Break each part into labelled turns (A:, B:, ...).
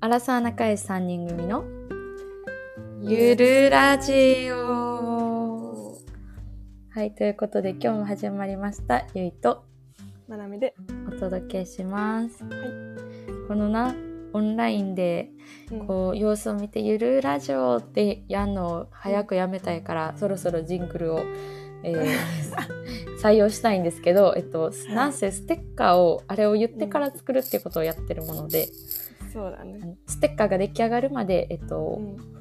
A: アラサー仲良し3人組のゆるラジオはい、ということで今日も始まりました。ゆいと
B: ななみで、
A: お届けします。
B: は
A: このな、オンラインで
B: うん
A: こう様子を見てゆるラジオってやんのを早くやめたいから、そろそろジングルを、え ー採用したいんですけど、えっと、なんせステッカーをあれを言ってから作るっていうことをやってるもので、
B: そうだね
A: あ。のステッカーが出来上がるまで、えっと
B: うん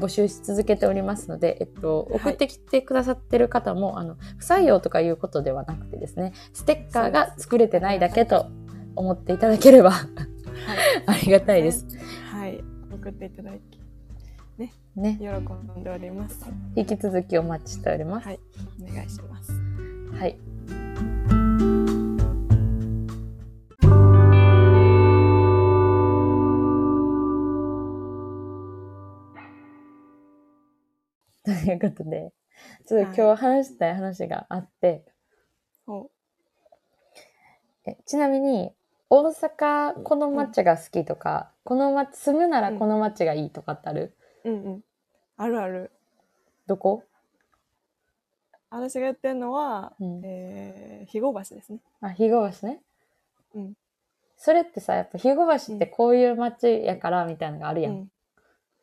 A: 募集し続けておりますので、えっと、
B: はい
A: 送ってきてくださってる方も、あの不採用とかいうことではなくてですねステッカーが作れてないだけと思っていただければありがたいです。
B: はい、送っていただき、
A: ね、
B: 喜んでおります。
A: 引き続きお待ちしております。
B: はい、お願いします。
A: はい。ということで、ちょっと今日話したい話があって、
B: お、
A: えちなみに、大阪この街が好きとか、この街、住むならこの街がいいとかってある、
B: うんうん。あるある。
A: どこ
B: 私がやってるのは、
A: うん
B: えー、肥後橋ですね。
A: あ、日後橋ね。
B: うん。
A: それってさ、やっぱ日後橋ってこういう街やからみたいなのがある
B: う
A: やん
B: ん。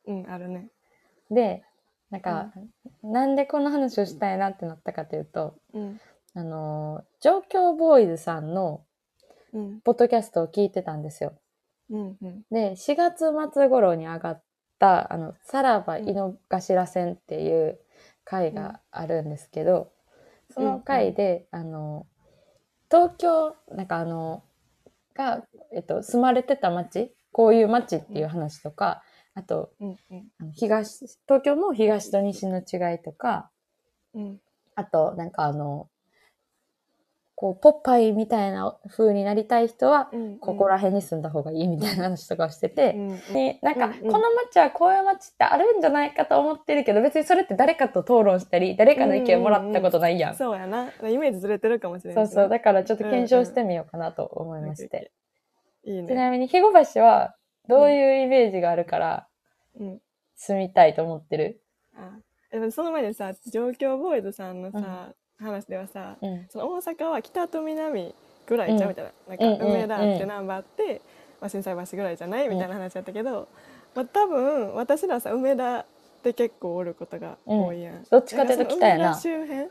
B: うん、あるね。
A: でなんか、なんでこの話をしたいなってなったかというと
B: うん。
A: あのー上京ボーイズさんの
B: うん。
A: ポッドキャストを聞いてたんですよ。
B: うん。うん。
A: で4月末頃に上がった「あのさらば
B: うん
A: 井の頭線」っていう回があるんですけど、その回で、あの東京なんかあのが、えっと、住まれてた街こういう街っていう話とかあと
B: うん。うん。
A: あの東東京も東と西の違いとか
B: うん。
A: あと、なんかあの、こう、ポッパイみたいな風になりたい人は、
B: うん。
A: ここら辺に住んだ方がいいみたいな話とかをしてて、
B: うん。うん。
A: で、なんか、
B: うんうん
A: この街はこういう街ってあるんじゃないかと思ってるけど、別にそれって誰かと討論したり、誰かの意見をもらったことないやん。
B: そうやな。イメージずれてるかもしれな
A: そ
B: いうね。
A: そう。だからちょっと検証してみようかなと思い
B: オ
A: ま
B: ッ
A: し
B: ケーオッケ
A: て。
B: ー。いい
A: ち
B: ね。
A: なみに、肥後橋は、どういうイメージがあるから、
B: うん。
A: 住みたいと思ってる。
B: あ、でもその前にさ、上京ボーイズさんのさ、話ではさ、
A: うん。
B: その大阪は北と南ぐらいじゃ
A: うん
B: みたいな,、
A: うん
B: なん
A: うん
B: か
A: うん
B: 梅田あって難波あって、まあ、震災橋ぐらいじゃないみたいな話やったけど、まあ、多分私らさ梅田で結構おることが多いやん、
A: どっちかというと北やな
B: だからその梅田周
A: うん。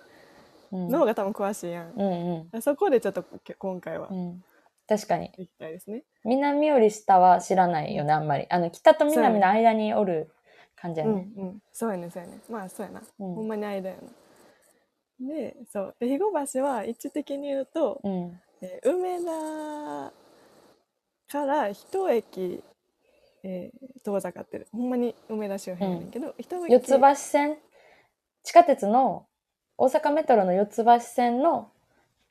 B: 辺の方が多分詳しいやん、だ
A: う
B: か
A: んうん。
B: らそこでちょっとき今回は
A: うん。確かに。
B: 行きたいですね、
A: 南より下は知らないよね、あんまり。あの、北と南の間におる感じ
B: う
A: や
B: んう
A: ね。
B: んそうやねそうやねまあそうやな、
A: うん
B: ほんまに間やなでそうで肥後橋は位置的に言うと、
A: うん。
B: えー梅田から一駅、えー遠ざかってるほんまに梅田周辺やねんけど、一駅
A: 四つ橋線、地下鉄の、大阪メトロの四つ橋線の、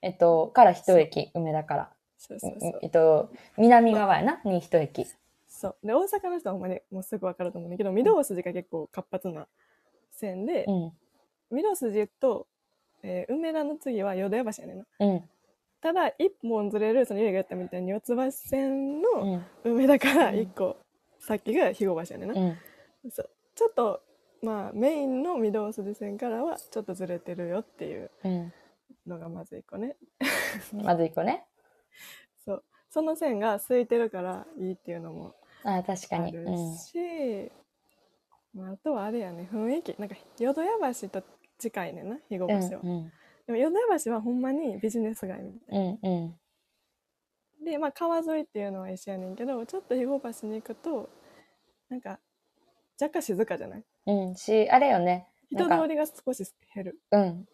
A: えっと、から一駅、梅田から。
B: そうそうそう
A: えっと、南側やな、に一駅。
B: そうで大阪の人はほんまにもうすぐ分かると思うんだけど御堂筋が結構活発な線で
A: うん。
B: 御堂筋と、えー梅田の次は淀屋橋やねんな
A: うん。
B: ただ一本ずれるそのゆうが言ったみたいに四つ橋線
A: う
B: の
A: ん。
B: 梅田から
A: うん
B: 一個、先が肥後橋やねんな、
A: うん。
B: そうちょっとまあメインの御堂筋線からはちょっとずれてるよっていう
A: うん。
B: のがまず一個ね
A: まず一個ね。
B: そうその線が空いてるからいいっていうのも
A: ああ、確か
B: あ
A: に。
B: る
A: うん。
B: し、まあ、あとはあれやね雰囲気なんか淀屋橋と近いねんな肥後
A: うん。
B: 橋は、
A: うん。
B: でも淀屋橋はほんまにビジネス街みたい
A: うん。うん。
B: なでまあ川沿いっていうのは一緒やねんけどちょっと肥後橋に行くとなんか若干静かじゃない
A: うん。し、あれよね。な
B: 人
A: んか
B: 通りが少し減る
A: うん。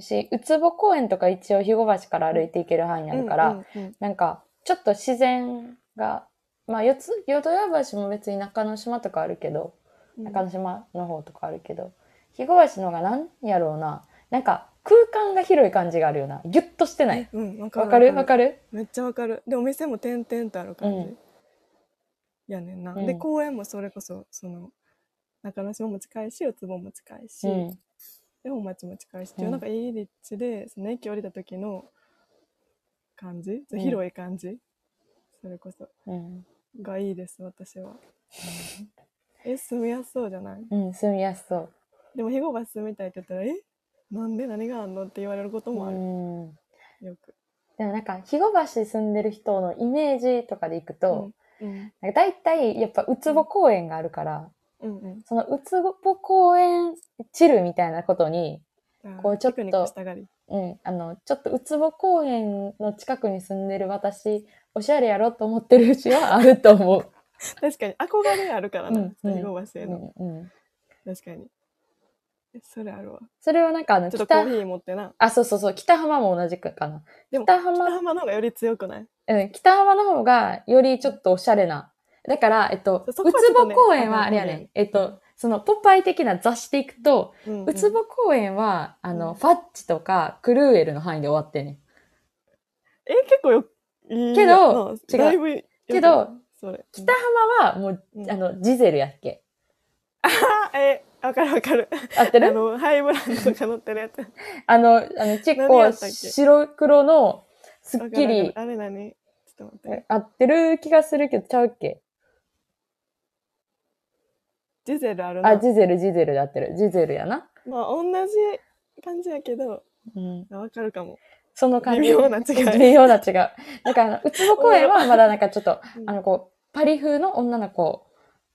A: し、うつぼ公園とか一応、肥後橋から歩いていける範囲になるから、
B: うんうんうん
A: なんか、ちょっと自然が、まあ、四つ、淀屋橋も別に中之島とかあるけど、
B: うん
A: 中之島の方とかあるけど、肥後橋の方がなんやろうな、なんか空間が広い感じがあるよな。ぎゅっとしてない。
B: うんわか
A: わ
B: る
A: かるわかる
B: めっちゃわかるでお店も点々とある感じ、
A: うん
B: やねんな、
A: うん
B: で公園もそれこそその中之島も近いし四つぼも近いし、
A: うん。
B: で本町も近いしって
A: う
B: い
A: ん
B: うなんかいい立地でその駅降りた時の感じ、
A: うん
B: 広い感じそれこそ
A: うん。
B: がいいです私 はえ住みやすそうじゃない
A: うん、住みやすそう。
B: でも肥後橋住みたいって言ったら「えなんで何があんの?」って言われることもあ
A: う
B: る、
A: ん。
B: よく、
A: でもなんか、肥後橋住んでる人のイメージとかでいくと、
B: うん、
A: なんか大体やっぱ、うつぼ公園があるから、
B: うんうん
A: そのうつぼ公園チルみたいなことに、
B: あー
A: こうちょっと
B: ピクニックしたがり
A: うん、あの、ちょっとうつぼ公園の近くに住んでる私、おしゃれやろと思ってるうちはあると思う。
B: 確かに憧れあるからな、
A: うんうん
B: 肥後橋へ
A: う
B: の、
A: んうん、
B: 確かにえそれあるわ
A: それはなんかあの、
B: ちょっとコー
A: 北
B: ヒ、ー持ってな
A: あ、そうそうそう、北浜も同じくかな。
B: でも
A: 北
B: 北
A: 浜、
B: 浜の方がより強くない
A: うん、北浜の方がよりちょっとおしゃれな。だから、えっと、
B: そうそこはちょ
A: つ
B: っと
A: ぼ
B: ね
A: 公園はあれやねん。えっと、そのポッパイ的な雑誌でいくと、
B: うん
A: うつぼ公園は、あの、
B: うん
A: ファッチとかクルーエルの範囲で終わってんねん。
B: え結構よいい
A: けど
B: な
A: 違う
B: だいぶよく
A: けど
B: それ
A: 北浜はもう、
B: うん
A: あの、ジゼルやっけ。
B: あえわかるわかる
A: 合って
B: あ
A: る
B: のハイブランドとか乗ってるや つ
A: あの、あの結
B: 何
A: 構
B: やったっけ
A: 白黒のすっ
B: わか
A: き
B: るわ
A: り
B: かるあれ何ちょっと待って
A: 合ってる気がするけどちゃうっけ
B: ジゼルあるな
A: あ、ジゼル、ジゼルで合ってる。ジゼルやな。
B: まあ同じ感じやけど
A: うん。
B: わかるかも
A: その感じ。
B: 微妙な違い
A: 微妙な違う。だか らあの、うつぼ公園はまだなんかちょっと
B: う、ん
A: あの、こう、パリ風の女の子、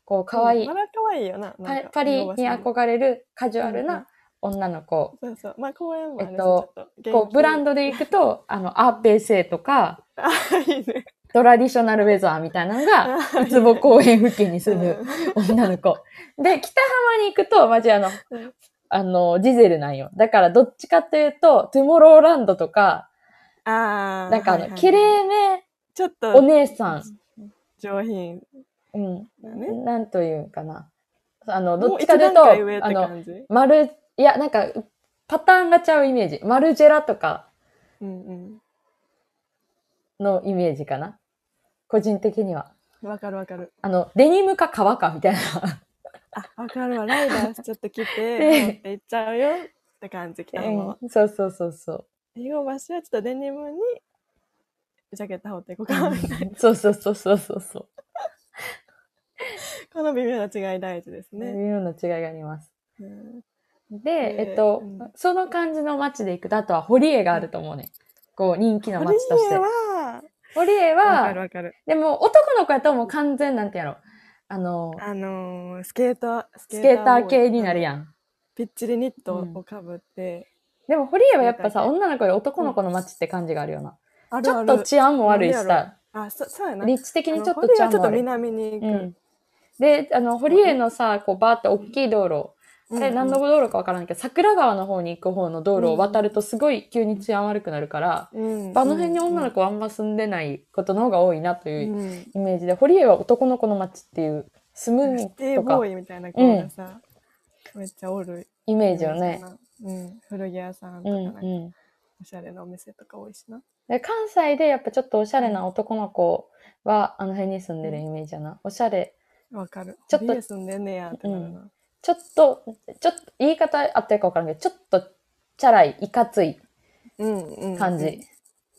A: こう、可愛い
B: ま、だ可愛いよなな
A: パ
B: んか
A: パリに
B: れ
A: 憧れるカジュアルな女の子。
B: そうそうまあ公園もあるし
A: えっ
B: ち
A: と
B: ょっと
A: こう、ブラン
B: ド
A: ドで行くと、あの、アーペーセーとか、
B: あいいね
A: トラディショナルウェザーみたいなのが、
B: あ
A: うつぼ公園付近に住む女の子。で、北浜に行くと、マジあの
B: うん、
A: あの、ジゼルなんよ。だからどっちかというと、トゥモローランドとか、
B: あー
A: なんかあ
B: はい
A: の、
B: はい
A: 綺麗め
B: ちょっと
A: お姉さ
B: 上品
A: ん。うん。
B: だね
A: なんというかな。あの、ど
B: も
A: っ
B: う
A: ちか
B: 一
A: という
B: 段階上っ
A: と、あ
B: て
A: の、
B: 感じ
A: 丸、いや、なんか、パターンがちゃうイメージ。マルジェラとか
B: うん
A: のイメージかな。個人的には。
B: うんわかるわかる
A: あの、デニムか革かみたいな。
B: あわかるわライダースちょっと 来
A: で
B: て持って行っちゃうよって感じ北浜は
A: うん そうそうそう そう。
B: 肥後橋はちょっとデニムにジャケット羽織っていこうかみたいな
A: そうそうそうそうそうそ
B: この微妙な違い大事です
A: う。ね、
B: ね。
A: 微妙な違いがあります。
B: うん
A: で、
B: え
A: えっと、
B: うん
A: その感じの街で行くと、あとは堀江があると思うね。こう、人気の街として
B: 堀江。は、
A: 堀江
B: わかる
A: は、
B: わかる。
A: でも男の子やともう完全なんてやろ。あの、
B: あのー、スケーター、
A: スケーター系になる
B: ん。
A: やん。
B: ぴっちりニットをかぶって、
A: でも堀江はやっぱさ、
B: スケーター
A: 女の子より男の子の街って感じがあるよな。
B: あ
A: ち
B: る
A: ょ
B: あ
A: っ
B: る
A: と治安も悪いし
B: なん
A: さ、
B: あ、そそうやな。
A: 立地的にちょっと
B: ち
A: 治
B: は
A: 安
B: ちょっ
A: も
B: と
A: 悪い。
B: 南に行く。
A: うん。で、あの、堀江のさ、こう、バーって大きい道路、
B: うん
A: あれ何の道路かわからんけど、桜川の方に行く方の道路を渡るとすごい急に治安悪くなるから、
B: うん
A: あの辺に女の子はあんま住んでないことの方が多いなと
B: う
A: いうん
B: うん
A: イメージで、堀江は男の子の街っていう、住む
B: シティ
A: とか
B: ボーイみたいな子がさ、めっちゃおる。
A: イメージよね。。
B: うん。古着屋さんと
A: う
B: か
A: ん
B: なんか、
A: うん。
B: おしゃれなお店とか多いしな。
A: で関西でやっぱちょっとおしゃれな男の子はあの辺に住んでるイメージやな。おしゃれ。
B: わかる。
A: ち
B: ち
A: ょ
B: ょ
A: っと
B: っと。家住んでんねやってなるな。
A: ちょっと、ちょっと、言い方あったかわからんけど、ちょっとチャラい、いかつい
B: うんうん
A: 感じ。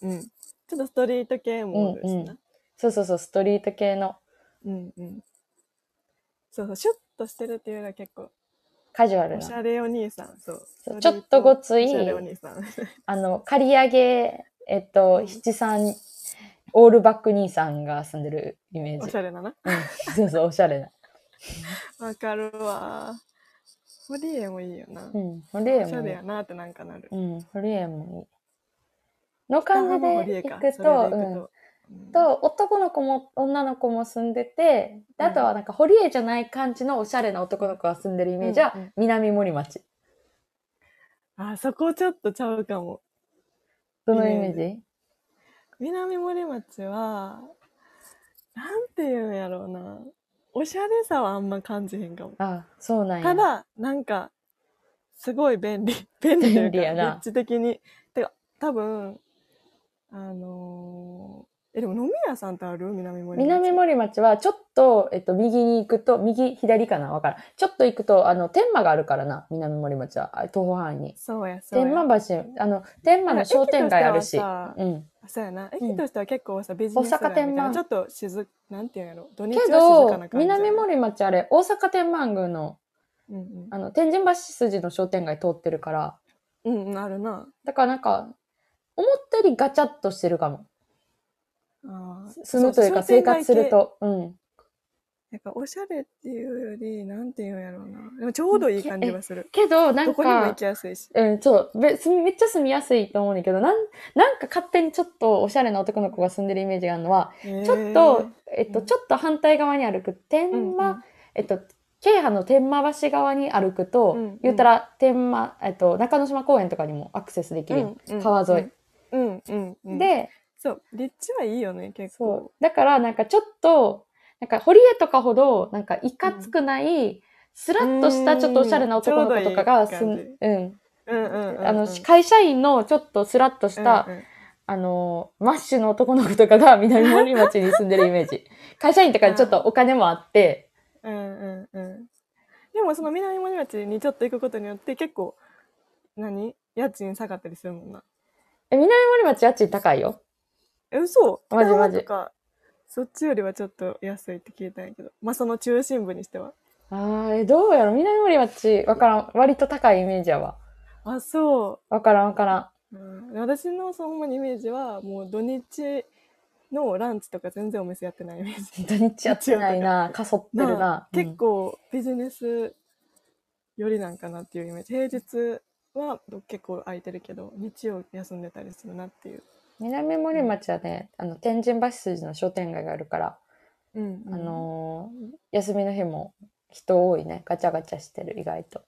B: うん、ちょっとストリート系もあるしな。
A: そうそうそう、ストリート系の
B: うんうん。そうそう、シュッとしてるっていうよりは結構、
A: カジュアル
B: おし
A: な。
B: ゃれお兄さん。そう。
A: そう
B: ストリー
A: ちょっとごつい
B: おしゃれお 兄さん。
A: あの、刈り上げ、えっと、七三、オールバック兄さんが住んでるイメー
B: お
A: ジ
B: し。ゃれだな。
A: うんそうそう、おしゃれな。
B: わかるわ。堀江もいいよな。
A: うん、堀江
B: おしゃ
A: もい
B: れ
A: い
B: や。なってなんかなる。
A: うん、堀江もいい。の感じで行く
B: そ
A: と、
B: れで
A: うん
B: 行。くと、
A: と男の子も女の子も住んでてであとはなんか堀江じゃない感じのおしゃれな男の子が住んでるイメージは
B: うんうん
A: 南森町
B: うんあ、そこちょっとちゃうかも。
A: どのイメージ、
B: 南森町は、なんていうんやろうな。おしゃれさはあんま感じへんかも。
A: あそうなんや
B: ただ、なんか、すごい便利。 便利とい
A: 便
B: う
A: 利やな
B: か、立地的に。てか、多分、あのえ、でも飲み屋さんってある南森町。
A: 南森町はちょっと、えっと、右に行くと、右、左かなわからん。ちょっと行くと、あの、天満があるからな、南森町は、あ東方範囲に。
B: そうや、そうや。
A: 天満橋、あの、天満の商店街あるし。
B: だから駅としてはさ
A: うん。
B: そうやな。
A: う
B: 駅
A: ん
B: としては結構さ、ビジネス街
A: 大阪天満
B: みたいなちょっと静、なんていうんやろ。土日
A: け
B: は静か
A: ど
B: な感じ。、
A: 南。森町あれ、大阪天満宮の、
B: うんうん
A: あの、天神橋筋の商店街通ってるから、
B: うんうん、あるな。
A: だからなんか、思ったよりガチャっとしてるかも。
B: あー
A: 住むというか
B: そ
A: 生
B: 商店街
A: 活すると。うん。
B: 系。なんかおしゃれっていうより、なんていうんやろうな。でもちょうどいい感じがする。
A: けど、なん
B: どこにも行
A: か
B: き、やすいし。
A: うん、そう、べ住みめっちゃ住みやすいと思うんだけど、なん、なんか勝手にちょっとおしゃれな男の子が住んでるイメージがあるのは、
B: ちょ
A: ちょっと、えっ
B: う
A: と、
B: ん
A: ちょっと反対側に歩く、天満、えっと、京阪の天満橋側に歩くと、
B: うんうん
A: 言うたら天満、えっと、中之島公園とかにもアクセスできるやん。川沿い。
B: うんうんうん。、
A: で、
B: そう、立地はいいよね、結構
A: そ。う。だから、なんかちょっと、なんか堀江とかほど、なんかいかつくない、スラッとしたちょっとおしゃれな男の子とかが住
B: うんちょ
A: ん、うん。
B: うんうんうんうん。
A: あの、会社員のちょっとスラッとした、
B: うんうん
A: あの、マッシュの男の子とかが南森町に住んでるイメ ージ。会社員とかちょっとお金もあって、
B: うんうんうん。でもその南森町にちょっと行くことによって結構、何家賃下がったりするもんな。
A: え南森町家賃高いよ。
B: え、嘘
A: マジマジ
B: 北浜とか、そっちよりはちょっと安いって聞いたんやけど。まあその中心部にしては。
A: ああ、え、どうやろ南森町、わからん。割と高いイメージやわ。
B: あ、そ
A: わからんわからん。
B: う。うん、私のそのほんまにイメージは、もう土日のランチとか全然お店やってないイメージ。
A: 土日やってないな。かそってるな。うん
B: 結構ビジネスよりなんかなっていうイメージ。平日は結構空いてるけど、日曜休んでたりするなっていう。
A: 南森町はね、あの、天神橋筋の商店街があるから、
B: うんうん
A: あのー休みの日も人多いね。ガチャガチャしてる、意外と。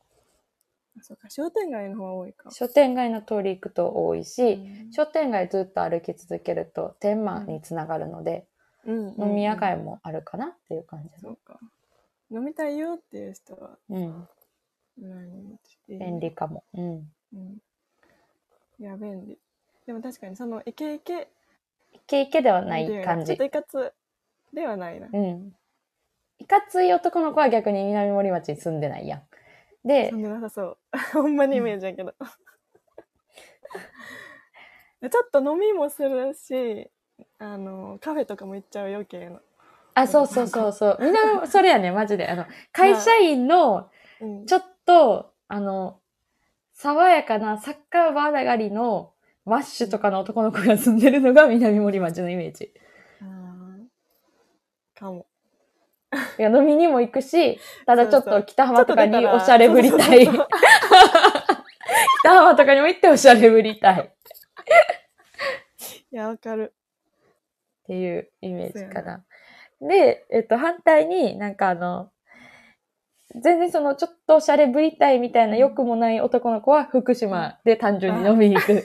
B: そうか、商店街の方が多いか。
A: 商店街の通り行くと多いし、
B: うん
A: 商店街ずっと歩き続けると天満につながるので、
B: うん
A: 飲み屋街
B: も。
A: もあるかなっていう感じ
B: そうか。飲みたいよっていう人は、
A: の、
B: うん
A: うん、便。利かも、うん、
B: うんいや、便利。でも確かに、その、イケイケ。
A: イケイケではない感
B: ちょ
A: じ
B: っと、いかつではないな。
A: うん、いかつい男の子は逆に南森町に住んでないやんで
B: そんななさそう。 ほんまにイメージやけど。 ちょっと飲みもするし、あの、カフェとかも行っちゃう余計な。
A: あそうそうそうそう南それやねマジであの会社員の
B: うん
A: ちょっとあの爽やかなサッカーバー上がりのマッシュとかの男の子が住んでるのが南森町のイメージ
B: あーかも。
A: いや飲みにも行くし、ただちょっ
B: そうそ
A: と
B: う
A: 北浜とかに
B: ちょっ出たら
A: おしゃれぶりたい。
B: そう そう
A: 北浜とかにも行っておしゃれぶりたい。っ
B: いや、わかる。
A: ていうイメージかな。で、えっと、反対になんかあの、全然そのちょっとおしゃれぶりたいみたいな良くもない男の子は福島で単純に飲みに行く。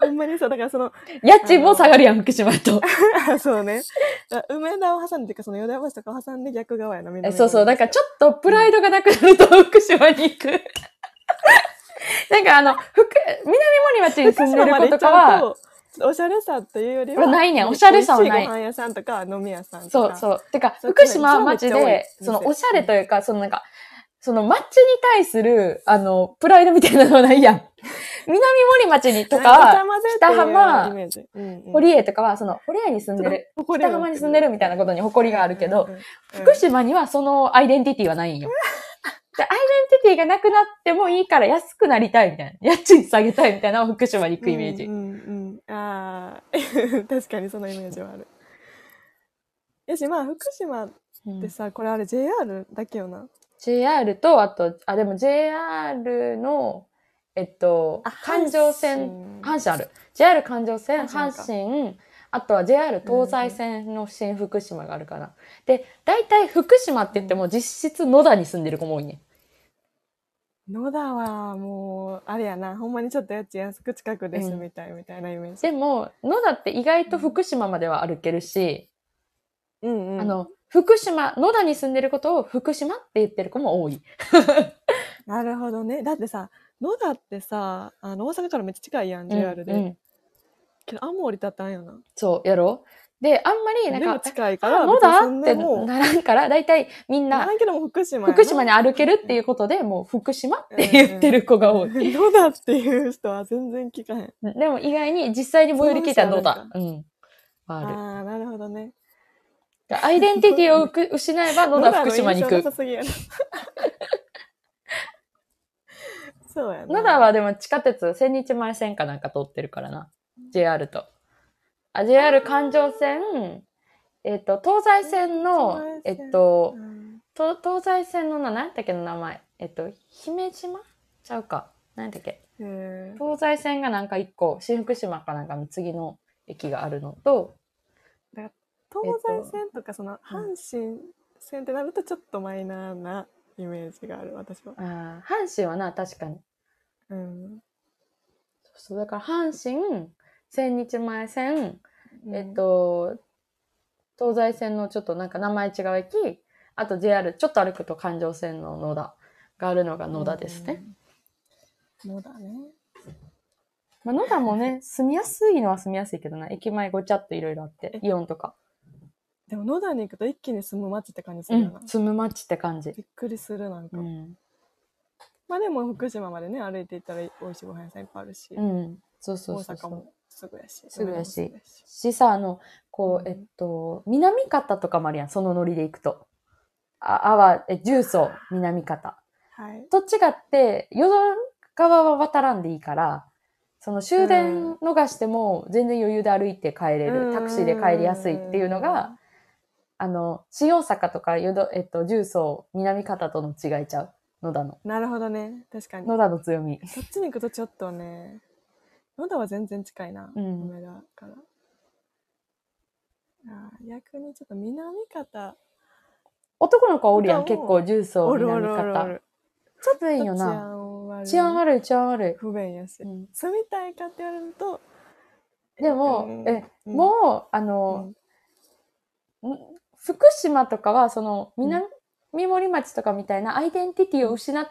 B: ほんまにそう、だからその、
A: 家賃も下がるやん、福島と。
B: あそうね。だから梅田を挟んで、てかその淀屋橋とかを挟んで逆側やな、みんな。
A: そうそう。なんかちょっとプライドがなくなると福島に行く。 なんかあの、福、南森町に住んでる子とかは、
B: 福島まで行っちゃうと、ちょっとおしゃれさっていうよりは、
A: ないねんおしゃれさはない
B: 美味しご飯屋さんとか飲み屋さんと
A: そ
B: か。
A: うそう。てか、
B: そう
A: 福島はマジ
B: めっちゃ多い
A: で、その
B: 店
A: おしゃれというか、そのなんか、その街に対する、あの、プライドみたいなのはないやん。 南森町にとかは、
B: 北
A: 北浜
B: イメージ。うんうん
A: 堀江とかは、その、堀江に住んでる、
B: 誇り
A: 北
B: を持
A: 浜
B: って
A: に住んでるみたいなことに誇りがあるけど
B: うん、うん
A: 福島にはそのアイデンティティはないん よ。でアイデンティティがなくなってもいいから安くなりたいみたいな。家賃下げたいみたいなのを福島に行くイメージ。
B: うんうんうん、ああ、 確かにそのイメージはある。やし、まあ、福島っ
A: うん
B: てさ、これあれ JR だけよな。
A: JR と、あと、あ、でも JR の、えっと、環状線
B: 線
A: 阪神ある。JR 環状線、阪
B: 阪神か
A: 神、あとは JR 東西線の新福島があるかな。で、大体福島って言っても実質野田に住んでる子も多いね。
B: 野田はもうあれやなほんまにちょっと家賃安く近くですみたいみたいなイメージ、
A: でも、野田って意外と福島までは歩けるし、
B: うんうん、
A: あの、福島、野田に住んでることを福島って言ってる子も多い。
B: なるほどねだってさ野田ってさあの大阪からめっちゃ近いやん JR で、
A: うんうん
B: けど、雨降り立ったんよな。
A: そう、やろう。で、あんまり、
B: で
A: な
B: も
A: んか、
B: 近いから、
A: あ、まだ
B: 別に
A: って
B: そんなもう、
A: ならんから、だいたいみんな
B: なんけども福島やな
A: 福島に歩け るっていうことで、もう福島って言ってる子が多い。
B: 野田っていう人は全然聞かへん。
A: でも意外に実際に最寄り聞いたらどうだ
B: そう
A: うん。
B: あ
A: あ
B: あー、なるほどね。
A: る。アイデンティティをうく失えば野田福島に行
B: 野田の印象
A: く
B: な。さすぎやな そうやな。
A: 野田はでも地下鉄、千日前線かなんか通ってるからな。JR と。あ、JR 環状線、えっ、と、東西線の
B: 東、
A: え
B: 西
A: っ
B: 線、
A: と
B: う、ん、
A: と東西線のな、何やったっけの名前。えっ、と、姫島ちゃうか。何やったっけ。
B: へー
A: 東西線がなんか一個、新福島かなんかの次の駅があるのと、
B: 東西線とかその阪神線ってなるとちょっとマイナーなイメージがある私は。
A: あー阪神はな、確かに。
B: うん。
A: そう、だから阪神、千日前線、えっ
B: うん、
A: と、東西線のちょっとなんか名前違う駅、あと JR、ちょっと歩くと環状線の野田があるのが野田ですね。
B: うん。野田ね。
A: まあ、野田もね、住みやすいのは住みやすいけどな、駅前ごちゃっといろいろあって、イオンとか。
B: でも野田に行くと一気に住む街って感じす
A: う
B: るよ
A: ん
B: な。、
A: 住む街って感じ。
B: びっくりするなんか。
A: うん。
B: まあでも福島までね歩いて行ったら美味しいご飯屋さんいっぱいあるし、
A: うん。そうそうそ
B: 大
A: うそ
B: 阪
A: う。
B: もすぐやし
A: すぐやし
B: 梅田もす
A: しさ、あの、こう、
B: うん
A: えっと、南方とかもあるやん、そのノリで行くと。あ、あわ、え、重曹、南方。
B: はい
A: と違って、淀川は渡らんでいいから、その終電逃しても全然余裕で歩いて帰れる、タクシーで帰りやすいっていうのが、あの、新大阪とか淀、えっと、重曹、南方との違いちゃう。野田の。
B: うんなるほどね確かに
A: 野田の強み。
B: そっちに行くとちょっとね野田は全然近いな、
A: うん
B: 梅田からあー逆にちょっと南方
A: 男の子おるやん、
B: 男
A: 結構重曹、
B: おるお
A: 南
B: るおるお
A: 方。
B: る
A: ちょっといい
B: ちょ
A: よ
B: っと治
A: な。
B: 安悪い
A: 治安悪い、治安悪い。
B: 不便やし、
A: うん
B: 住みたいかって言われると
A: でも、
B: うん
A: え、
B: うん
A: もう、あ
B: う
A: の
B: ん、
A: ん福島とかは、その、南森町とかみたいなアイデンティティを失っ、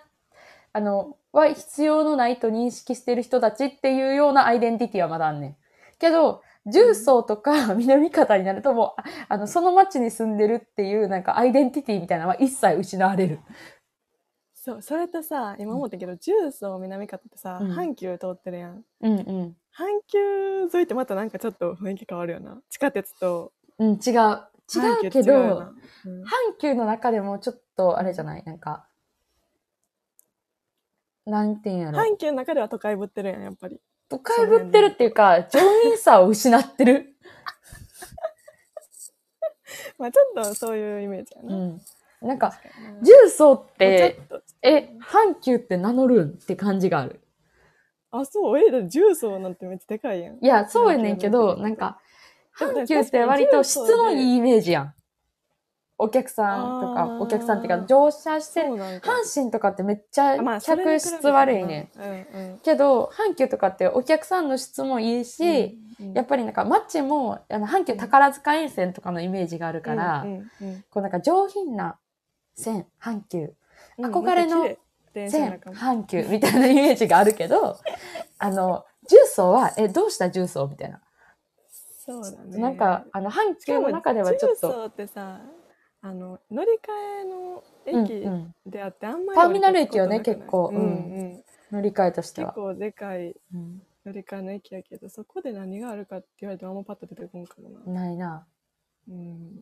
A: あの、は必要のないと認識してる人たちっていうようなアイデンティティはまだあんねん。けど、重曹とか南方になるともう、ああの、その町に住んでるっていう、なんかアイデンティティみたいなのは一切失われる。
B: そうそれとさ今思ったけど、重曹南方ってさ、
A: うん
B: 阪急通ってるやん
A: うんうん。
B: 阪急沿いってまたなんかちょっと雰囲気変わるよな地下鉄と
A: うん、違う。違
B: 阪急
A: う
B: って
A: けど、
B: 違うよなうん
A: 阪急の中でもちょっとあれじゃないなんか、なんていうんやろ。
B: 阪急の中では都会ぶってるやんやっぱり
A: 都会ぶってるっていうか、上品さを失ってる。
B: まあちょっとそう いうイメージや
A: う
B: な、
A: ん。なんか、
B: 確かにな
A: 重曹っ
B: ち
A: て、
B: ょっと
A: え、阪急って名乗るんって感じがある。
B: あそうえだって重曹なんてめっちゃでかいやん
A: いや、そうやねんけど、なんか、阪急って割と質のいいイメージやん。お客さんと
B: あ
A: か、
B: ー
A: お客さんっていうか、乗車してる
B: そうなんか
A: 阪神とかってめっちゃ
B: あまあそれに
A: 客
B: 比べ
A: 質
B: たら
A: 悪いねん。
B: うんうん
A: けど、阪急とかってお客さんの質もいいし、
B: うんうん
A: やっぱりなんかマッチもあの阪急宝塚沿線とかのイメージがあるから、
B: うんうん
A: こうなんか上品な線阪急
B: うん
A: 憧れの
B: なんか綺麗電車の
A: 線
B: 中も
A: 阪急 みたいなイメージがあるけ どあの重曹はえどうした重曹みたいな、
B: そうだね
A: なんかあの阪
B: し
A: 急
B: か
A: の
B: も
A: 中ではちょっ
B: 重
A: と、
B: 曹ってさあの乗り換え
A: うん
B: の
A: う
B: 駅
A: ん、
B: であってあんまり
A: ターミナル駅よね
B: 降りたことなくない
A: 結構うん
B: うんうん、
A: 乗り換えとして
B: 結
A: は、
B: 構でかい
A: うん
B: 乗り換えの駅やけどそこで何があるかって言われてもあんまパッと出てこんかもな、
A: ないな
B: うん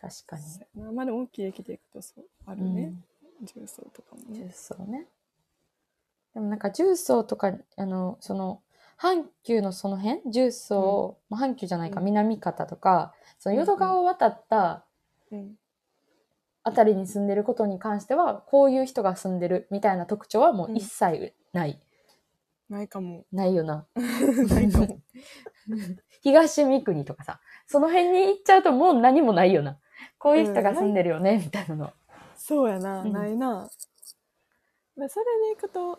A: 確かに、
B: そうやなまあでも大きい駅で行くとそうあ
A: う
B: るね
A: ん、
B: 重曹とかもね
A: 重曹ねでもなんか重曹とかあのその阪急のその辺重曹、まあ阪急じゃないか
B: うん
A: 南方とか、その
B: うんうん
A: 淀川を渡った
B: うん
A: あたりに住んでることに関してはこういう人が住んでるみたいな特徴はもう一切ない、
B: ない かも
A: ないよな
B: ないかも
A: 東三国とかさその辺に行っちゃうともう何もないよなこういう人が住んでるよね、みたいなの
B: そうやな、
A: うん
B: ないなまあそれで行くと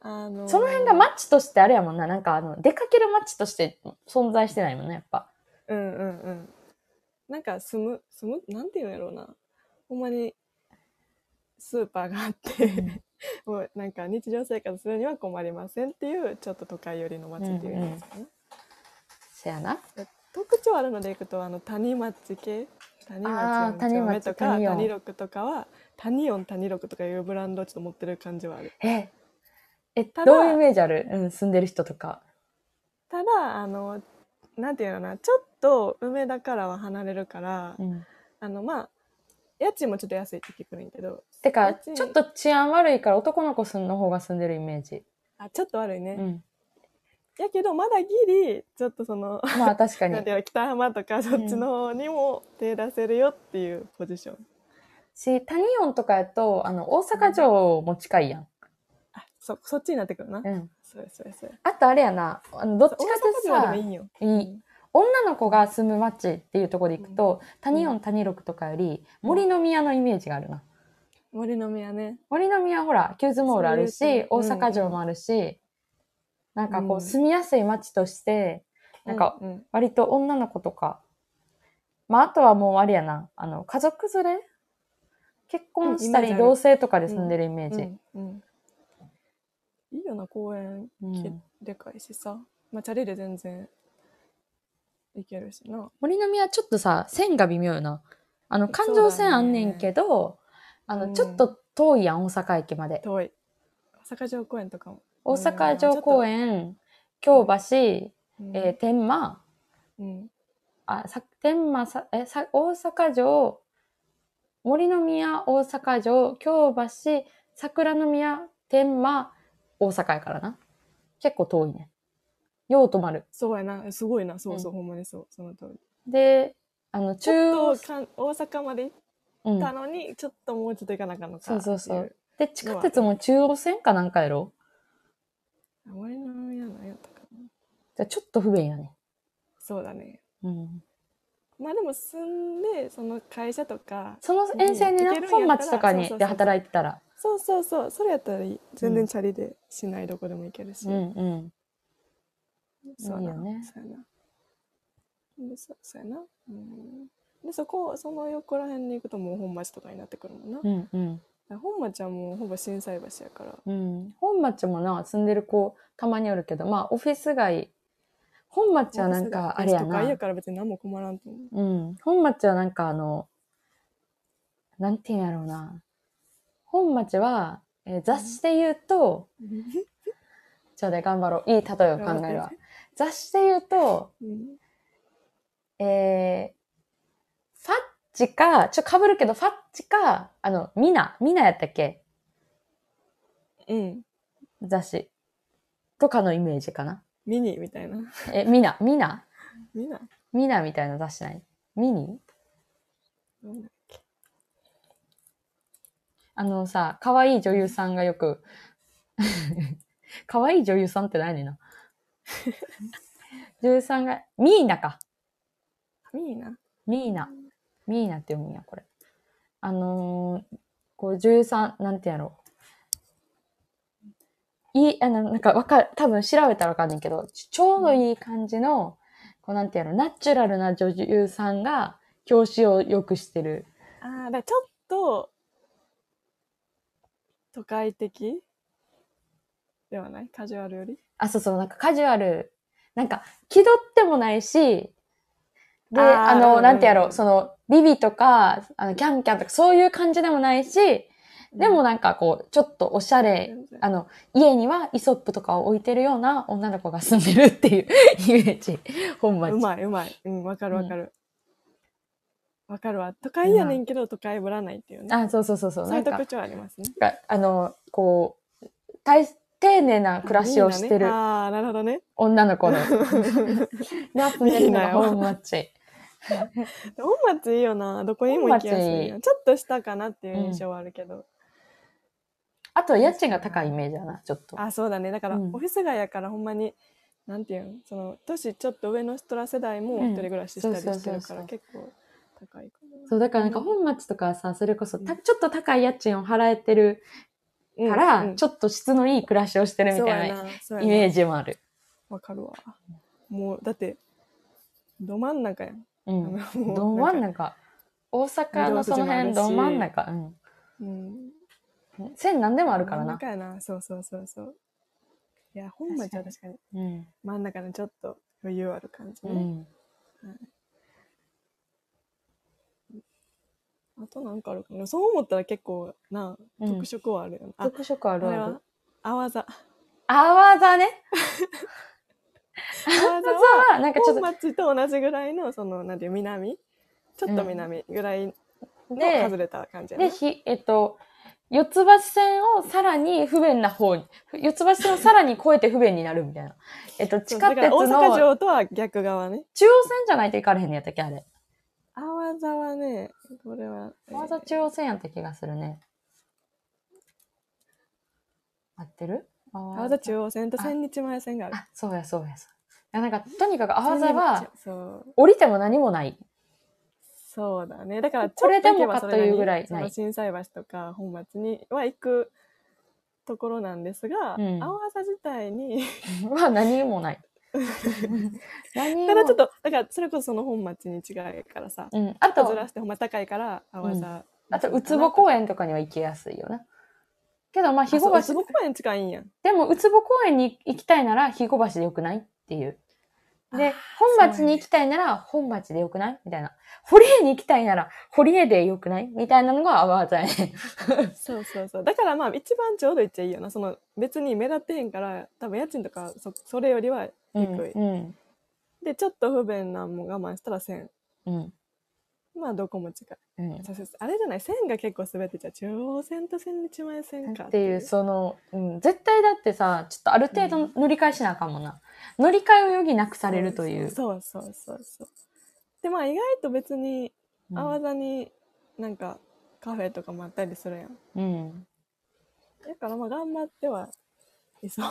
B: あのー
A: その辺がマッチとしてあれやもんななんかあの出かけるマッチとして存在してないもんねやっぱ
B: うんうんうんなんか住む住むなんていうんやろうなほんまにスーパーがあって、もうなんか日常生活するには困りませんっていうちょっと都会寄りの街っていうんですかね、
A: せやな。
B: 特徴あるのでいくとあの谷町系谷
A: あ
B: 町
A: ー
B: の
A: 谷
B: 丁目
A: 町
B: とか
A: 谷音
B: 谷六とかは谷音谷六とかいうブランドをちょっと持ってる感じはある
A: え、え、
B: ただ
A: どういうイメージあるうん、住んでる人とか。
B: ただあのなんていうのかなちょっと梅田からは離れるから、
A: うん。
B: あのまあ家賃もちょっと安いって聞くねんけど
A: てか、
B: 家賃
A: ちょっと治安悪いから男の子の方が住んでるイメージ。
B: あちょっと悪いうね、
A: ん。
B: やけどまだギリちょっとその
A: まあ確かに
B: なん。ていうの北浜とかそっちの方にも手出せるよっていうポジション、
A: し、谷音とかやと、あの、大阪城も近いやん。
B: あそそっちになってくるな、
A: うん。
B: そうやそうやそうや
A: あとあれやな、あのどっちかって
B: 大阪城
A: さ
B: で、もいいよ
A: いい女の子が住む町っていうところで行くと、谷音谷六とかより
B: うん
A: 森の宮のイメージがあるな。
B: 森の宮ね
A: 森の宮はほら、キューズモールある
B: そうい
A: し
B: うと、こ
A: 大阪城もあるし、なんかこ
B: う
A: う、
B: ん
A: 住みやすい町として、なんか、
B: うんうん
A: 割と女の子とか、まあ、あとはもうあれやな、あの、家族連れ結婚した
B: うんイメージあ
A: り、
B: る
A: 同棲とかで住んでるイメージ。
B: うんうんいいよな公園
A: うん
B: でかいしさ、まあ、チャリで全然行けるしな
A: 森の宮ちょっとさ、線が微妙よな。あの、環状線あんねんけど、あ
B: う
A: の、
B: ん
A: ちょっと遠いやん、大阪駅まで。
B: 遠い大阪城公園とかも、
A: 大阪城公園、京橋、
B: うん
A: えー天満、
B: うん、
A: あ、さ天満さ、え、さ、大阪城、森の宮、大阪城、京橋、桜の宮、天満、大阪やからな。結構遠いね。よう泊まる。
B: そうやなすごいなそうそう、ほんまにそうその通り
A: で、あの、
B: ち
A: 中
B: ょ
A: 央
B: っと、かん大阪まで行
A: うん
B: ったのに、ちょっともうちょっと行かなあかんのか
A: そうそうそう
B: ってい
A: で、地下鉄も中央線かなんかやろ
B: あ森の宮のやったかな
A: じゃあちょっと不便やね。
B: そうだね
A: うん。
B: まあでも住んでその会社とか
A: その沿線で
B: うん行け
A: な、
B: るん
A: 本
B: やったら
A: 町とか
B: そうそうそ
A: に
B: う
A: で働いてたら。
B: そうそうそうそれやったらいい全
A: う
B: 然
A: ん
B: チャリでしないどこでも行けるし、
A: うんうん。
B: そう
A: いい
B: な
A: よね
B: そうやなでそそうやなうんでそこその横ら辺に行くともう本町とかになってくるもんな、
A: うんうん。
B: 本町はもうほぼ心斎橋やから
A: うん、本町もな住んでる子たまにおるけどまあオフィス街本町はなんかあれや
B: 都会
A: な
B: やから別に何も困らんと思う
A: うん本町はなんかあのなんていうんやろうな本町は、えー雑誌で言うとちょうだい頑張ろういい例えを考えるわ雑誌で言うと
B: うん
A: えー、ファッチかちょかぶるけどファッチかあのミナミナやったっけ
B: うん
A: 雑誌とかのイメージかな
B: ミニみたいな
A: えミナミナ
B: みんな
A: ミナみたいな雑誌ないミニ
B: なんだっけ
A: あのさ、可愛い女優さんがよく、 可愛い女優さんって何やねんな。 女優さんが、ミーナか。
B: ミーナ
A: ミーナ。ミーナって読むんや、これ。あのー、こう、女優さん、なんてやろう。いい、あの、なんかわかる、多分調べたらわかんないけど、ちちょうどいい感じの、こう、なんてやろう、ナチュラルな女優さんが、教師をよくしてる。
B: あーだからちょっと都会的ではないカジュアルより
A: あ、そうそう、なんかカジュアル。なんか、気取ってもないし、で、
B: あー
A: あ
B: うんう
A: の、
B: ん
A: なんてやろう、その、ビビとか、あの、キャンキャンとか、そういう感じでもないし、でも
B: な
A: なんかこう、ちょっとおしゃれ、
B: 全然
A: あの、家にはイソップとかを置いてるような女の子が住んでるっていうイメージ。本町。
B: うまいうまい。うん、わかるわかる。わ、かるわ。都会やねんけど、都会ぶらないっていうね。
A: あ、そうそうそうそう。
B: そう
A: ない
B: うん
A: か、
B: 特徴ありますね。
A: があの、こう、大丁寧な暮らしをして
B: みんな
A: る
B: ねああ、なるほどね。
A: 女の子の。が住んでるのが本町。
B: 本町いいよな。どこにも行きやす
A: 本
B: い
A: 町い
B: な。
A: い
B: ちょっと下かなっていう印象はあるけど。
A: あと、家賃が高いイメージだな、ちょっと。
B: あそうだね。だから、
A: うん
B: オフィス街やからほんまに、なんていうん、その、年ちょっと上の人ら世代も
A: うん
B: 一人暮らししたり
A: そうそう
B: してるか
A: そう
B: ら、
A: そう
B: 結構高いか
A: そう、だからなんか本町とかはさ、それこそ
B: うん
A: た、ちょっと高い家賃を払えてる
B: な。
A: から、
B: うんうん
A: ちょっと質のいい暮らしをしてるみ
B: そう
A: たい
B: や
A: な
B: な。そうやな
A: イメージもある。
B: わかるわ。もう、だって、ど真ん中やん。
A: う
B: あ
A: ん。
B: のもう
A: ど真ん
B: なんか
A: 中。大阪のその辺、
B: 緑地もあ
A: ど
B: るし
A: 真ん中。うん。
B: うん
A: 線何でもあるから
B: 真ん
A: な。
B: 中やな。そうそうそうそう。いや、本町は確かに
A: うん。
B: 真ん中のちょっと余裕ある感じ
A: う
B: ね。
A: ん。
B: あとなんかあるかな。そう思ったら結構な、
A: うん
B: 特色はあるよな。あ、
A: 特色あ
B: あ
A: る
B: れ
A: ある
B: は。あわざ。
A: あわざね。
B: あわざ
A: あ
B: は
A: わざは、なんかちょ
B: 本
A: っ
B: 町と同じぐらいの、その、なんていう、南ちょっと南ぐらいの
A: と、で、
B: 外れた感じや
A: で、
B: ね。
A: ひ、えっと、四つ橋線をさらに不便な方に、四つ橋線をさらに越えて不便になるみたいな。えっと、地
B: そう
A: 下
B: だ
A: 鉄
B: から大阪
A: の
B: 城とは逆側ね。
A: 中央線じゃないと行かれへんのやったっけ、あれ。
B: あわざはね、これは。えー
A: わざ中央線やった気がするね。合ってるあ
B: あわざ中央線と千日前線がある。
A: あ、そうや、そうや、そうや。いや、なんか、とにかくあわざは、
B: そう。
A: 降りても何もない。
B: そうだね。だから、
A: これでも
B: ちょっ行けば
A: か
B: それなり
A: というぐらい
B: そ
A: な
B: の
A: い
B: 震災橋とか本町には行くところなんですが、
A: うん
B: 青朝自体に、
A: まあ、何も ない。何も
B: ただちょっと、だからそれこそその本町に違いからさ、
A: うん。あ
B: ちょっとず
A: と、
B: らしてほんま高いから、青朝。
A: あと、ウツボ公園とかには行きやすいよな。けど、まあ、
B: あ。
A: 肥
B: そ
A: 後
B: う、
A: 橋
B: すごく公園近いんやん。
A: でも、ウツボ公園に行きたいなら、肥後橋でよくないっていう。
B: あ
A: で、本町に行きたいなら、本町でよくないみたいな。堀江に行きたいなら、堀江でよくないみたいなのがアワーザ やね。
B: そうそうそう。だからまあ、一番ちょうどいっちゃいいよな。その、別に目立ってへんから、多分家賃とかそ、それよりは低い。
A: うん。
B: で、ちょっと不便なんも我慢したら1000。
A: うん。
B: まあ、どこも近い。
A: うん。
B: そうそうそうあれじゃない線が結構滑ってちゃう中央線と千日前線か
A: っていう、その、うん、絶対だってさ、ちょっとある程度乗り換えしなあかんもんな。乗り換えを余儀なくされるという。
B: そうそうそうそうそうでまあ意外と別に
A: うん
B: あわざになんかカフェとかもあったりするやん
A: うん。
B: だからまあ頑張ってはいそう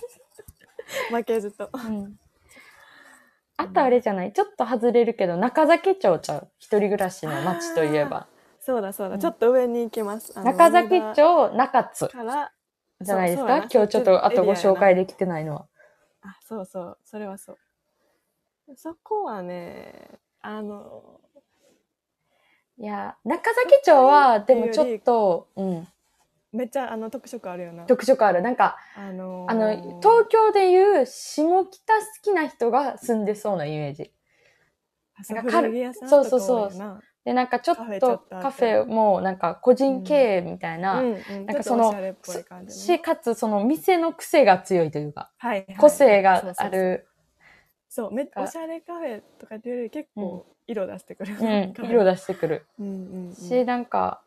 B: 負けずと
A: うんあとあれじゃないちょっと外れるけど、中崎町ちゃう。一人暮らしの町といえば。
B: そうだそうだ、
A: うん
B: ちょっと上に行きますあの
A: 中崎
B: 梅田
A: 町中津
B: から
A: じゃないです
B: そう
A: か
B: そう
A: 今日ちょっとあとご紹介
B: で
A: できてないのは。
B: あそうそうそれはそうそこはねあの
A: いや、中崎町は、でもちょっと、うん、
B: めっちゃあの特色あるよな
A: 特色ある。なんか、
B: あのー
A: あの、東京でいう下北好きな人が住んでそうなイメージ。
B: あそう
A: なんか
B: 古着屋さんとか
A: そうそうそう
B: 多いよな
A: で、なんかちょっ
B: カフェちょ
A: と
B: っとあって
A: カフェもなんか個人経営みたいな、
B: うんうん
A: なんか
B: ちょ
A: そ
B: っと
A: の
B: おしゃれっぽい感じのね
A: し、かつその店の癖が強いというか、
B: はいはい
A: 個性がある、
B: そうめっ
A: あ
B: おしゃれカフェとかっていうより結構色出してくる、
A: うん、色
B: 出
A: 出してくる。
B: うんうんうん
A: し、なんか、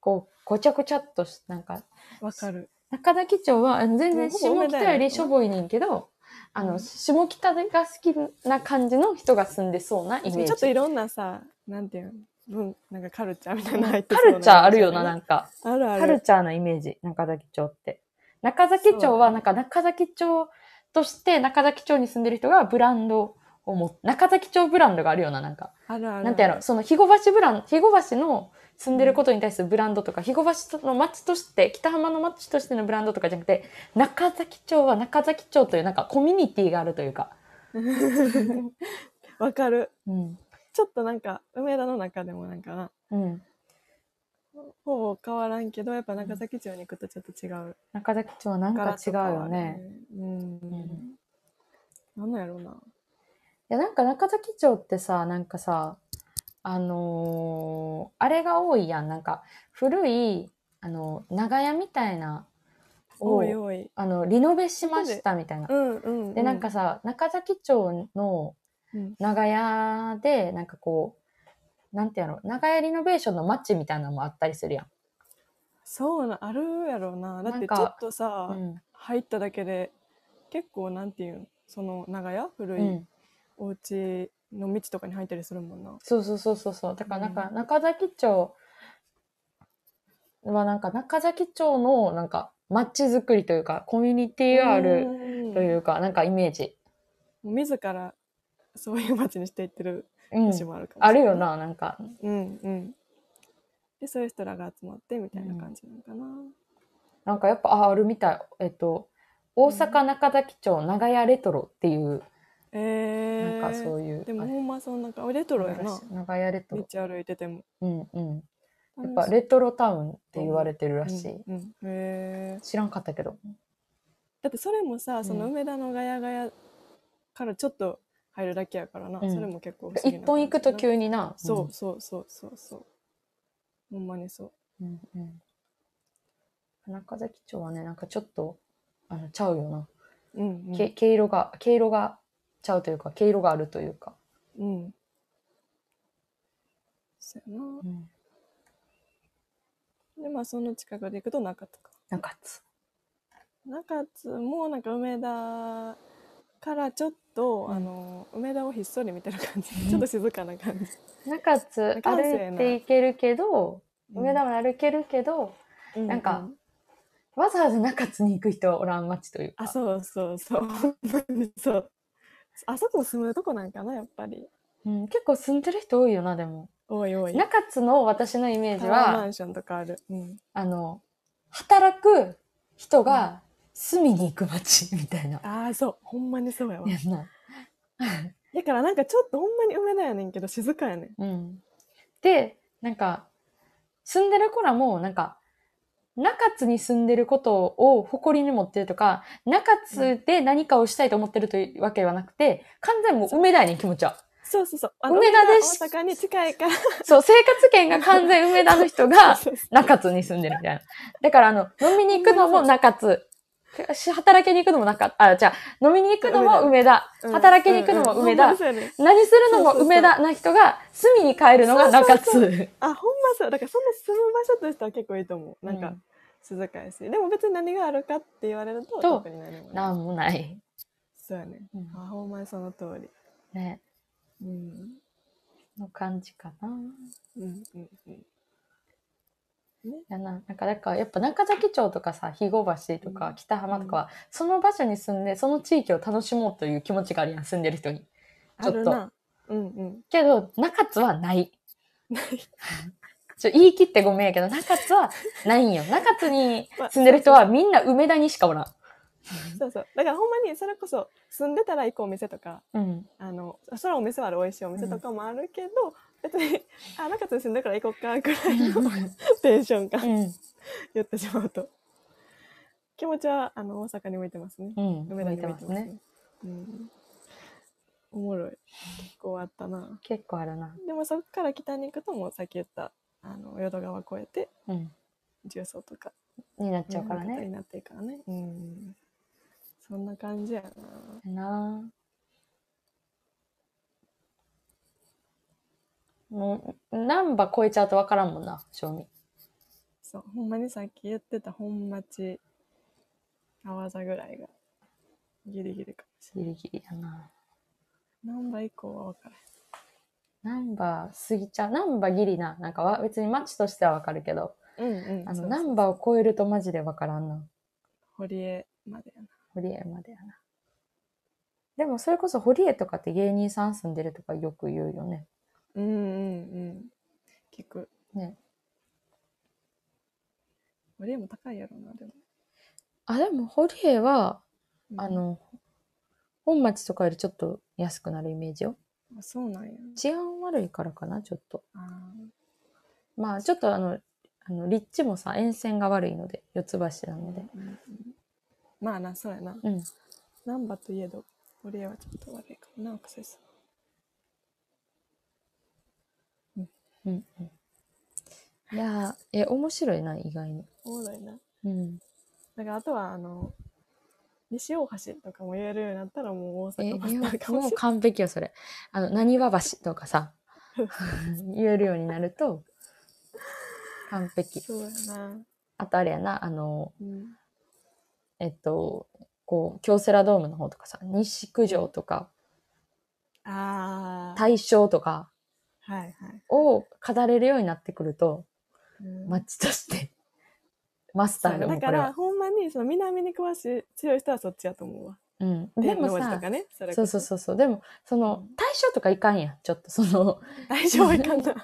A: こう、ごちゃごちゃっとし、なんか、
B: わかる
A: 中崎町はあの全
B: もう
A: 然
B: ほぼ
A: 下
B: 梅田
A: 北よ
B: やね
A: りしょぼいねんけど、あ
B: う
A: の、
B: ん
A: 下北が好きな感じの人が住んでそうなイ
B: ち
A: メー
B: ょっと
A: ジ。
B: いろんなさなんていうの文なんかカルチャーみたいなの入って
A: カ
B: そうな
A: ルチャーあるよな、なんか。
B: あるある
A: カルチャーなイメージ、中崎町って。中崎町は、なんか中崎町として、中崎町に住んでる人がブランドを持っ中崎町ブランドがあるような、なんか。
B: あるある
A: なんていうの、その、肥後橋ブラン、肥後橋の住んでることに対するブランドとか、肥後橋の町として、北浜の町としてのブランドとかじゃなくて、中崎町は中崎町という、なんかコミュニティがあるというか。
B: わかる
A: うん。
B: ちょっとなんか梅田の中でもなんかな
A: うん。
B: ほぼ変わらんけどやっぱ中崎町に行くとちょっと違う
A: 中崎町はなんか違うよね。。
B: うん。なんなんやろうな。
A: いや、なんか中崎町ってさ、なんかさ、あのーあれが多いやん。なんか、古い、あの、長屋みたいな、を
B: おいおい。
A: あの、リノベしましたみたいな
B: う。んうん、うん。
A: で、なんか、さ、中崎町の
B: うん、
A: 長屋で、なんかこう、なんてやろう、長屋リノベーションのマッチみたいなのもあったりするやん。
B: そうな、あるやろうな。だっ
A: なん
B: てち
A: か
B: ょっとさ、
A: うん
B: 入っただけで、結構なんていうん、その長屋古
A: う
B: い
A: ん。
B: お家の道とかに入ったりするもんな。
A: そうそうそうそうそう。だからなんか、中崎町はなんか、中崎町のなんか、街づくりというか、コミュニティがある。
B: うん
A: というか、なんかイメージ。
B: 自ら、そういう街にしていってる
A: うん。
B: 節もあるかも
A: あ
B: しれ
A: る
B: ない。
A: よ。な、なんか。
B: うんうん。で、そういう人らが集まってみたいな感じなのかな。
A: なんかやっぱ、あ、あるみたい。えっと、大阪中崎町長屋レトロっていう、
B: えー。
A: なんかそういう。
B: でも
A: あ
B: ほんまそんな顔レトロや
A: あ
B: な
A: るらしい長屋レト
B: 道
A: ロ。
B: 歩いてても
A: うんうん。やっぱレトロタウンって言われてるらしい。
B: うんうんへえ
A: 知らんかったけど。
B: だってそれもさ、
A: ん
B: その梅田のガヤガヤからちょっと入るだけやからな、
A: うん
B: それも結構不思議
A: 一
B: な
A: 本行くと
B: に
A: 急にな。
B: そうそうそうそうそうほんまにそう
A: うん。うんうん。花風基調はね、なんかちょっと、あの、ちゃうよな。
B: うんうん
A: け毛色が、毛色がちゃうというか、毛色があるというか。
B: うんそうやな
A: うん。
B: でまあその近くで行くと中津か
A: なんかつ。
B: 中津もなんか梅田からちょっと、
A: うん
B: あの梅田をひっそり見てる感じ、
A: うん
B: ちょっと静かな感じ、
A: 中津
B: 感性
A: 歩
B: な
A: いていけるけど、
B: うん
A: 梅田まで歩けるけど、
B: う
A: なんかわざわざ中津に行く人はおらん街というか。
B: あそうそうそう ほんまにそうあそこ住むとこなんかなやっぱり
A: うん、結構住んでる人多いよな、でも。
B: おいおい
A: 中津の私のイメージ
B: タワーマ
A: は
B: ン、ションとかある、うん、
A: あの、働く人が住みに行く街みたいな。
B: ああそうほんまにそうやわ
A: やんな。
B: だからなんかちょっとほんまに梅田やねんけど静かやねん
A: うん。で、なんか、住んでる子らも、なんか、中津に住んでることを誇りに持ってるとか、中津で何かをしたいと思ってるというわけではなくて、完全にもう梅田やねん気持ちは。
B: そうそうそうあ
A: 梅田です
B: 梅田大阪に近いから
A: そう、生活圏が完全に梅田の人が
B: そうそう
A: 中津に住んでるみたいな。だから、あの、飲みに行くのも中津。し働きに行くのも中、あ、じゃあ飲みに行くのも梅田。
B: うん
A: 働きに行くのも梅田
B: うんうんほんまに。そうやねん
A: 何するのも梅田な人が隅に帰るのが中
B: そう
A: 津。
B: あほんまそうだからその住む場所としては結構いいと思うなん
A: う
B: か
A: ん
B: 静かやし、でも別に何があるかって言われると
A: と
B: 特に何もない
A: なんもない。
B: そうやねん
A: うん
B: あほんまにその通り
A: ね。
B: うん
A: の感じかな。
B: うんうんうん
A: やな。なんか、だからやっぱ中崎町とかさ、肥後橋とか北浜とかは、その場所に住んで、その地域を楽しもうという気持ちがあるやん、住んでる人に。ち
B: あ
A: ょっ
B: る
A: と。
B: なうんうん
A: けど、中津はない。 ちょ言い切ってごめんやけど、中津はない んよ。中津に住んでる人はみんな梅田にしかおらん。
B: そうそうだからほんまにそれこそ住んでたら行くお店とか
A: うん。
B: あのそらお店はある美味しいお店とかもあるけど、別にあ中津に住んでるから行こっかぐらいのテンションが
A: うん。
B: 言ってしまうと気持ちはあの大阪に向いてますね
A: うん。
B: 梅田
A: 向いて
B: に向いて
A: ま
B: ますす
A: ね。
B: ね、うん、おもろい結構あったな
A: 結構あるな。
B: でもそっから北に行くともうさっき言ったあの淀川越えて
A: うん。
B: 重曹とか
A: になっちゃうから
B: 南方
A: ね。
B: になっていくからねうんそんな感じやな
A: なあもう、難波超えちゃうとわからんもんな、正味。
B: そうほんまにさっき言ってた本町泡座ぐらいがギリギリかもしれ
A: ギリギリやな。
B: ない何倍以降は分からへん
A: 難波過ぎちゃう。難波ギリな。なんかわ別に街としてはわかるけど、
B: うんうん
A: あ
B: そ
A: の、
B: うそう
A: 難波を超えるとマジでわからんな。
B: 堀江までやな
A: 堀江までやな。でもそれこそ堀江とかって芸人さん住んでるとかよく言うよね。
B: うんうんうん聞く
A: ね
B: 堀江も高いやろなでも、
A: あ、でも堀江は、
B: うん
A: あの、本町とかよりちょっと安くなるイメージよ。
B: あそうなんや
A: 治安悪いからかな、ちょっと。
B: あ
A: まあちょっとあの、あの立地もさ、沿線が悪いので、四つ橋な
B: ー
A: ので。
B: うんうんまあなそうやな
A: うん。
B: 難波といえど堀江はちょっと悪いかもなアクセス
A: うん、うん。いやー、え、面白いな、意外に。
B: おもろいな
A: うん。
B: だからあとはあの西大橋とかも言えるようになったらもう
A: え、
B: 大
A: い
B: 阪
A: や
B: マスターかも
A: も
B: し
A: う完璧よ、それ。あの、何わ橋とか さ、言えるようになると、完璧。
B: れないそうやな、
A: あとあれやな、あの、
B: うん、
A: えっと、こう、京セラドームの方とかさ、西九条とか、
B: ああ
A: 大正とか
B: はいはい、
A: を語れるようになってくると、
B: うん
A: 街として、マスターがも
B: だ
A: うこ
B: か
A: れ
B: ら
A: は。
B: ほんまにその南に詳しい強い人はそっちやと思うわ
A: うん。でも
B: 天王寺
A: さ
B: と、かねそれ
A: そう
B: こ
A: そうそうそう。でも、その、対象とかいかんやん。ちょっと、その、
B: 大丈夫いかんな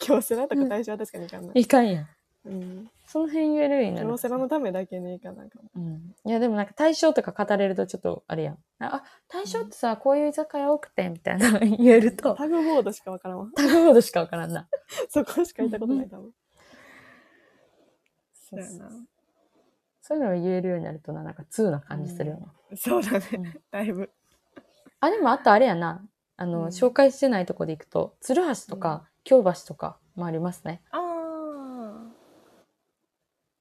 B: 京セラとか大正は確かにいかんな、
A: いかんやん。
B: うん、
A: その辺言えるようになる。
B: 京セラのためだけにいかなあかも
A: うん。いや、でもなんか対象とか語れるとちょっと、あれやん。あ、あ対象ってさ、こういう居酒屋多くて、みたいな言えると、
B: タグボードしかわからんわ
A: タグボードしかわからんな。
B: そこしか行ったことない多分
A: そう
B: やな
A: そういうのを言えるようになるとな、なんか通な感じするよな。
B: そうだね、
A: うん
B: だいぶ
A: あ、でもあとあれやな。あの、
B: うん
A: 紹介してないとこで行くと、鶴橋とか、京橋とかもありますね。
B: ああ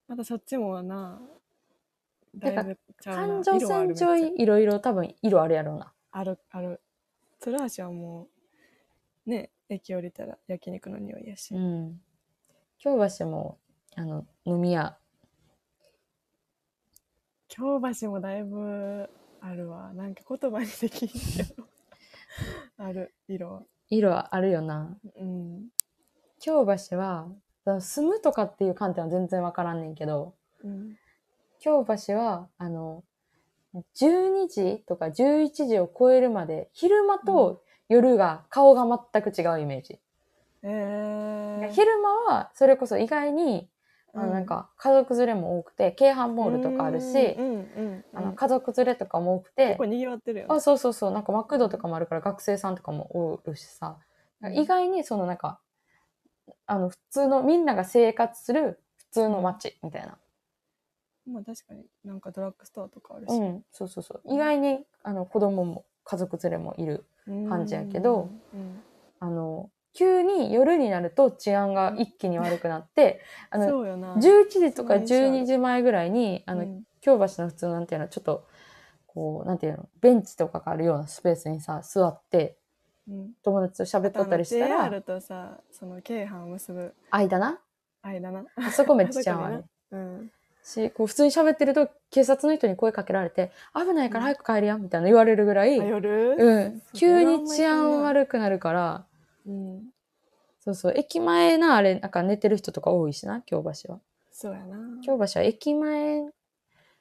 B: またそっちもなだいぶちゃう
A: 環
B: な
A: 状
B: 色はある
A: 線
B: めっちゃ
A: 沿いいろいろ多分色あるやろうな。
B: あるある鶴橋はもうね駅降りたら焼肉の匂いやし、
A: うん。京橋も、あの、飲み屋。
B: 京橋もだいぶあるわなんか言葉にできんけ どある色は
A: 色あるよな。
B: うん
A: 京橋は、だから住むとかっていう観点は全然わからんねんけど、
B: うん
A: 京橋は、あの、12時とか11時を超えるまで、昼間と夜が、顔が全く違うイメージ。
B: えー、
A: 昼間は、それこそ意外に、あ
B: う
A: のなんか、家族連れも多くて、京阪モールとかあるし、
B: うんうんうん
A: あの家族連れとかも多く
B: 結
A: て
B: 構、にぎわってるよね
A: あ、そうそうそう、なんかマクドとかもあるから学生さんとかもおるしさ、意外にそのなんか、あの、普通の、みんなが生活する普通の街みたいな。
B: まあ確かになんかドラッグストアとかあるし、
A: うん、そうそうそう。意外に、あの、子供も家族連れもいる。感じやけど
B: うん、
A: あの、急に夜になると治安が一気に悪くなって、あの、
B: そうよな
A: 11時とか
B: そう印象ある
A: 12時前ぐらいに、あの、京橋の普通のなんていうの、ちょっと、こう、なんていうの、ベンチとかがあるようなスペースにさ、座って、
B: うんうん、
A: 友達と喋っとったりした
B: あの
A: ら、
B: JR とさその京阪を結ぶ
A: 間な。
B: 間な、
A: あそこめっちゃ治安悪い。
B: うん、
A: し、こう普通に喋ってると警察の人に声かけられて、危ないから早く帰りや、みたいな言われるぐらい、
B: あ夜、
A: うん、
B: それは
A: 急
B: あんま
A: に治安悪くなるから、
B: うん、
A: そうそう、駅前な、あれ、なんか寝てる人とか多いしな、京橋は。
B: そうやな
A: 京橋は駅前、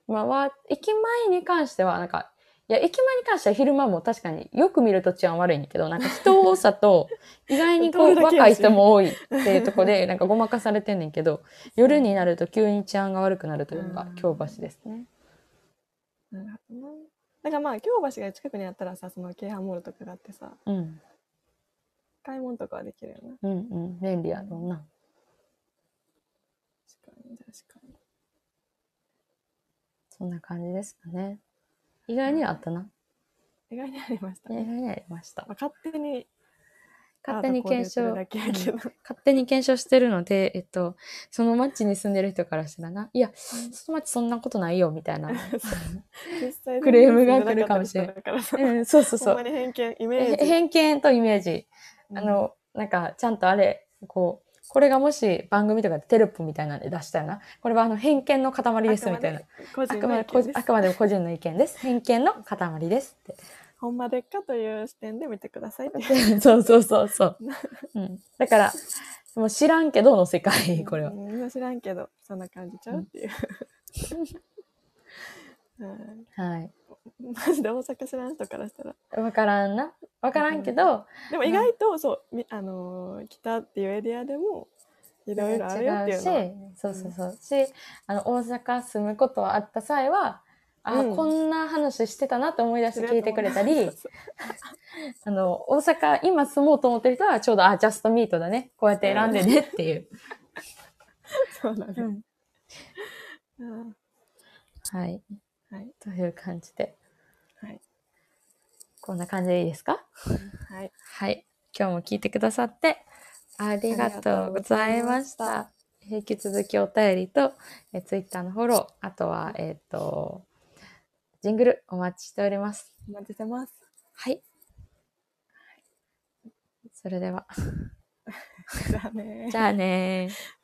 A: まあは、駅前に関しては、なんか、いや、駅前に関しては昼間も確かによく見ると治安悪いんだけど、なんか人多さ と、意外にこう、
B: 人だけやし
A: 若い人も多いっていうとこ で、なんかごまかされてんねんけど、夜になると急に治安が悪くなるというのが
B: うん
A: 京橋ですね。
B: なるほどなだからまあ京橋が近くにあったらさその京阪モールとかがあってさ
A: うん。
B: 買い物とかはできるよな
A: うんうん。便利やろうな。
B: 確かに確かに
A: そんな感じですかね。意外にはあったな。
B: 意外にありました
A: 意
B: ね、
A: 外にはありました
B: まあ。、勝手に
A: 勝手に検証、
B: ああとこう 言ってるだけやけど
A: 勝手に検証してるので、えっと、その町に住んでる人からしたらな、いや、その町そんなことないよ、みたいな。
B: 実際
A: クレームが来るかもしれない
B: だからさ
A: うん、そうそうそ
B: ほん
A: う。
B: まに偏見イメ
A: え
B: ージ
A: 偏見とイメージ。あの、なんか、ちゃんとあれ、こう、これがもし番組とかでテロップみたいなんで出したよな。これはあの、偏見の塊です、みたいな。
B: 個人
A: あくま
B: の意
A: で個
B: 見
A: 人
B: で
A: あ
B: す
A: くまでも個人の意見です。偏見の塊ですって。
B: ほんまでっかという視点で見てくださいっていう
A: そうそうそうそう。 うん、だから、もう知らんけどの世界、これは
B: う。ん知らんけどそんな感じちゃうっていう、 うん
A: はい。
B: マジで大阪知らん人からしたら
A: わからんな。わからんけど、
B: でも意外とそう、みあのー北っていうエリアでもいろいろあるよって
A: 違
B: いうう
A: し
B: のは、
A: そうそうそう。し、あの、大阪住むことはあった際は、あ、
B: うん
A: こんな話してたなと思い出して聞いてくれた
B: 知る
A: り
B: やつ、も
A: あの、大阪、今住もうと思ってる人は、ちょうど、あ、ジャストミートだね。こうやって選んでねっていう。
B: そうだね、
A: うん
B: うん
A: はい。
B: はい
A: という感じで。
B: はい
A: こんな感じでいいですか
B: はい
A: はい。今日も聞いてくださってありがとうございました。
B: あり
A: 引き続きお便りと、えー、Twitter のフォロー、あとは、えっ、と、ジングルお待ちしております。
B: お待ちしてます
A: はい。それでは、
B: じゃあねー
A: じゃあねー。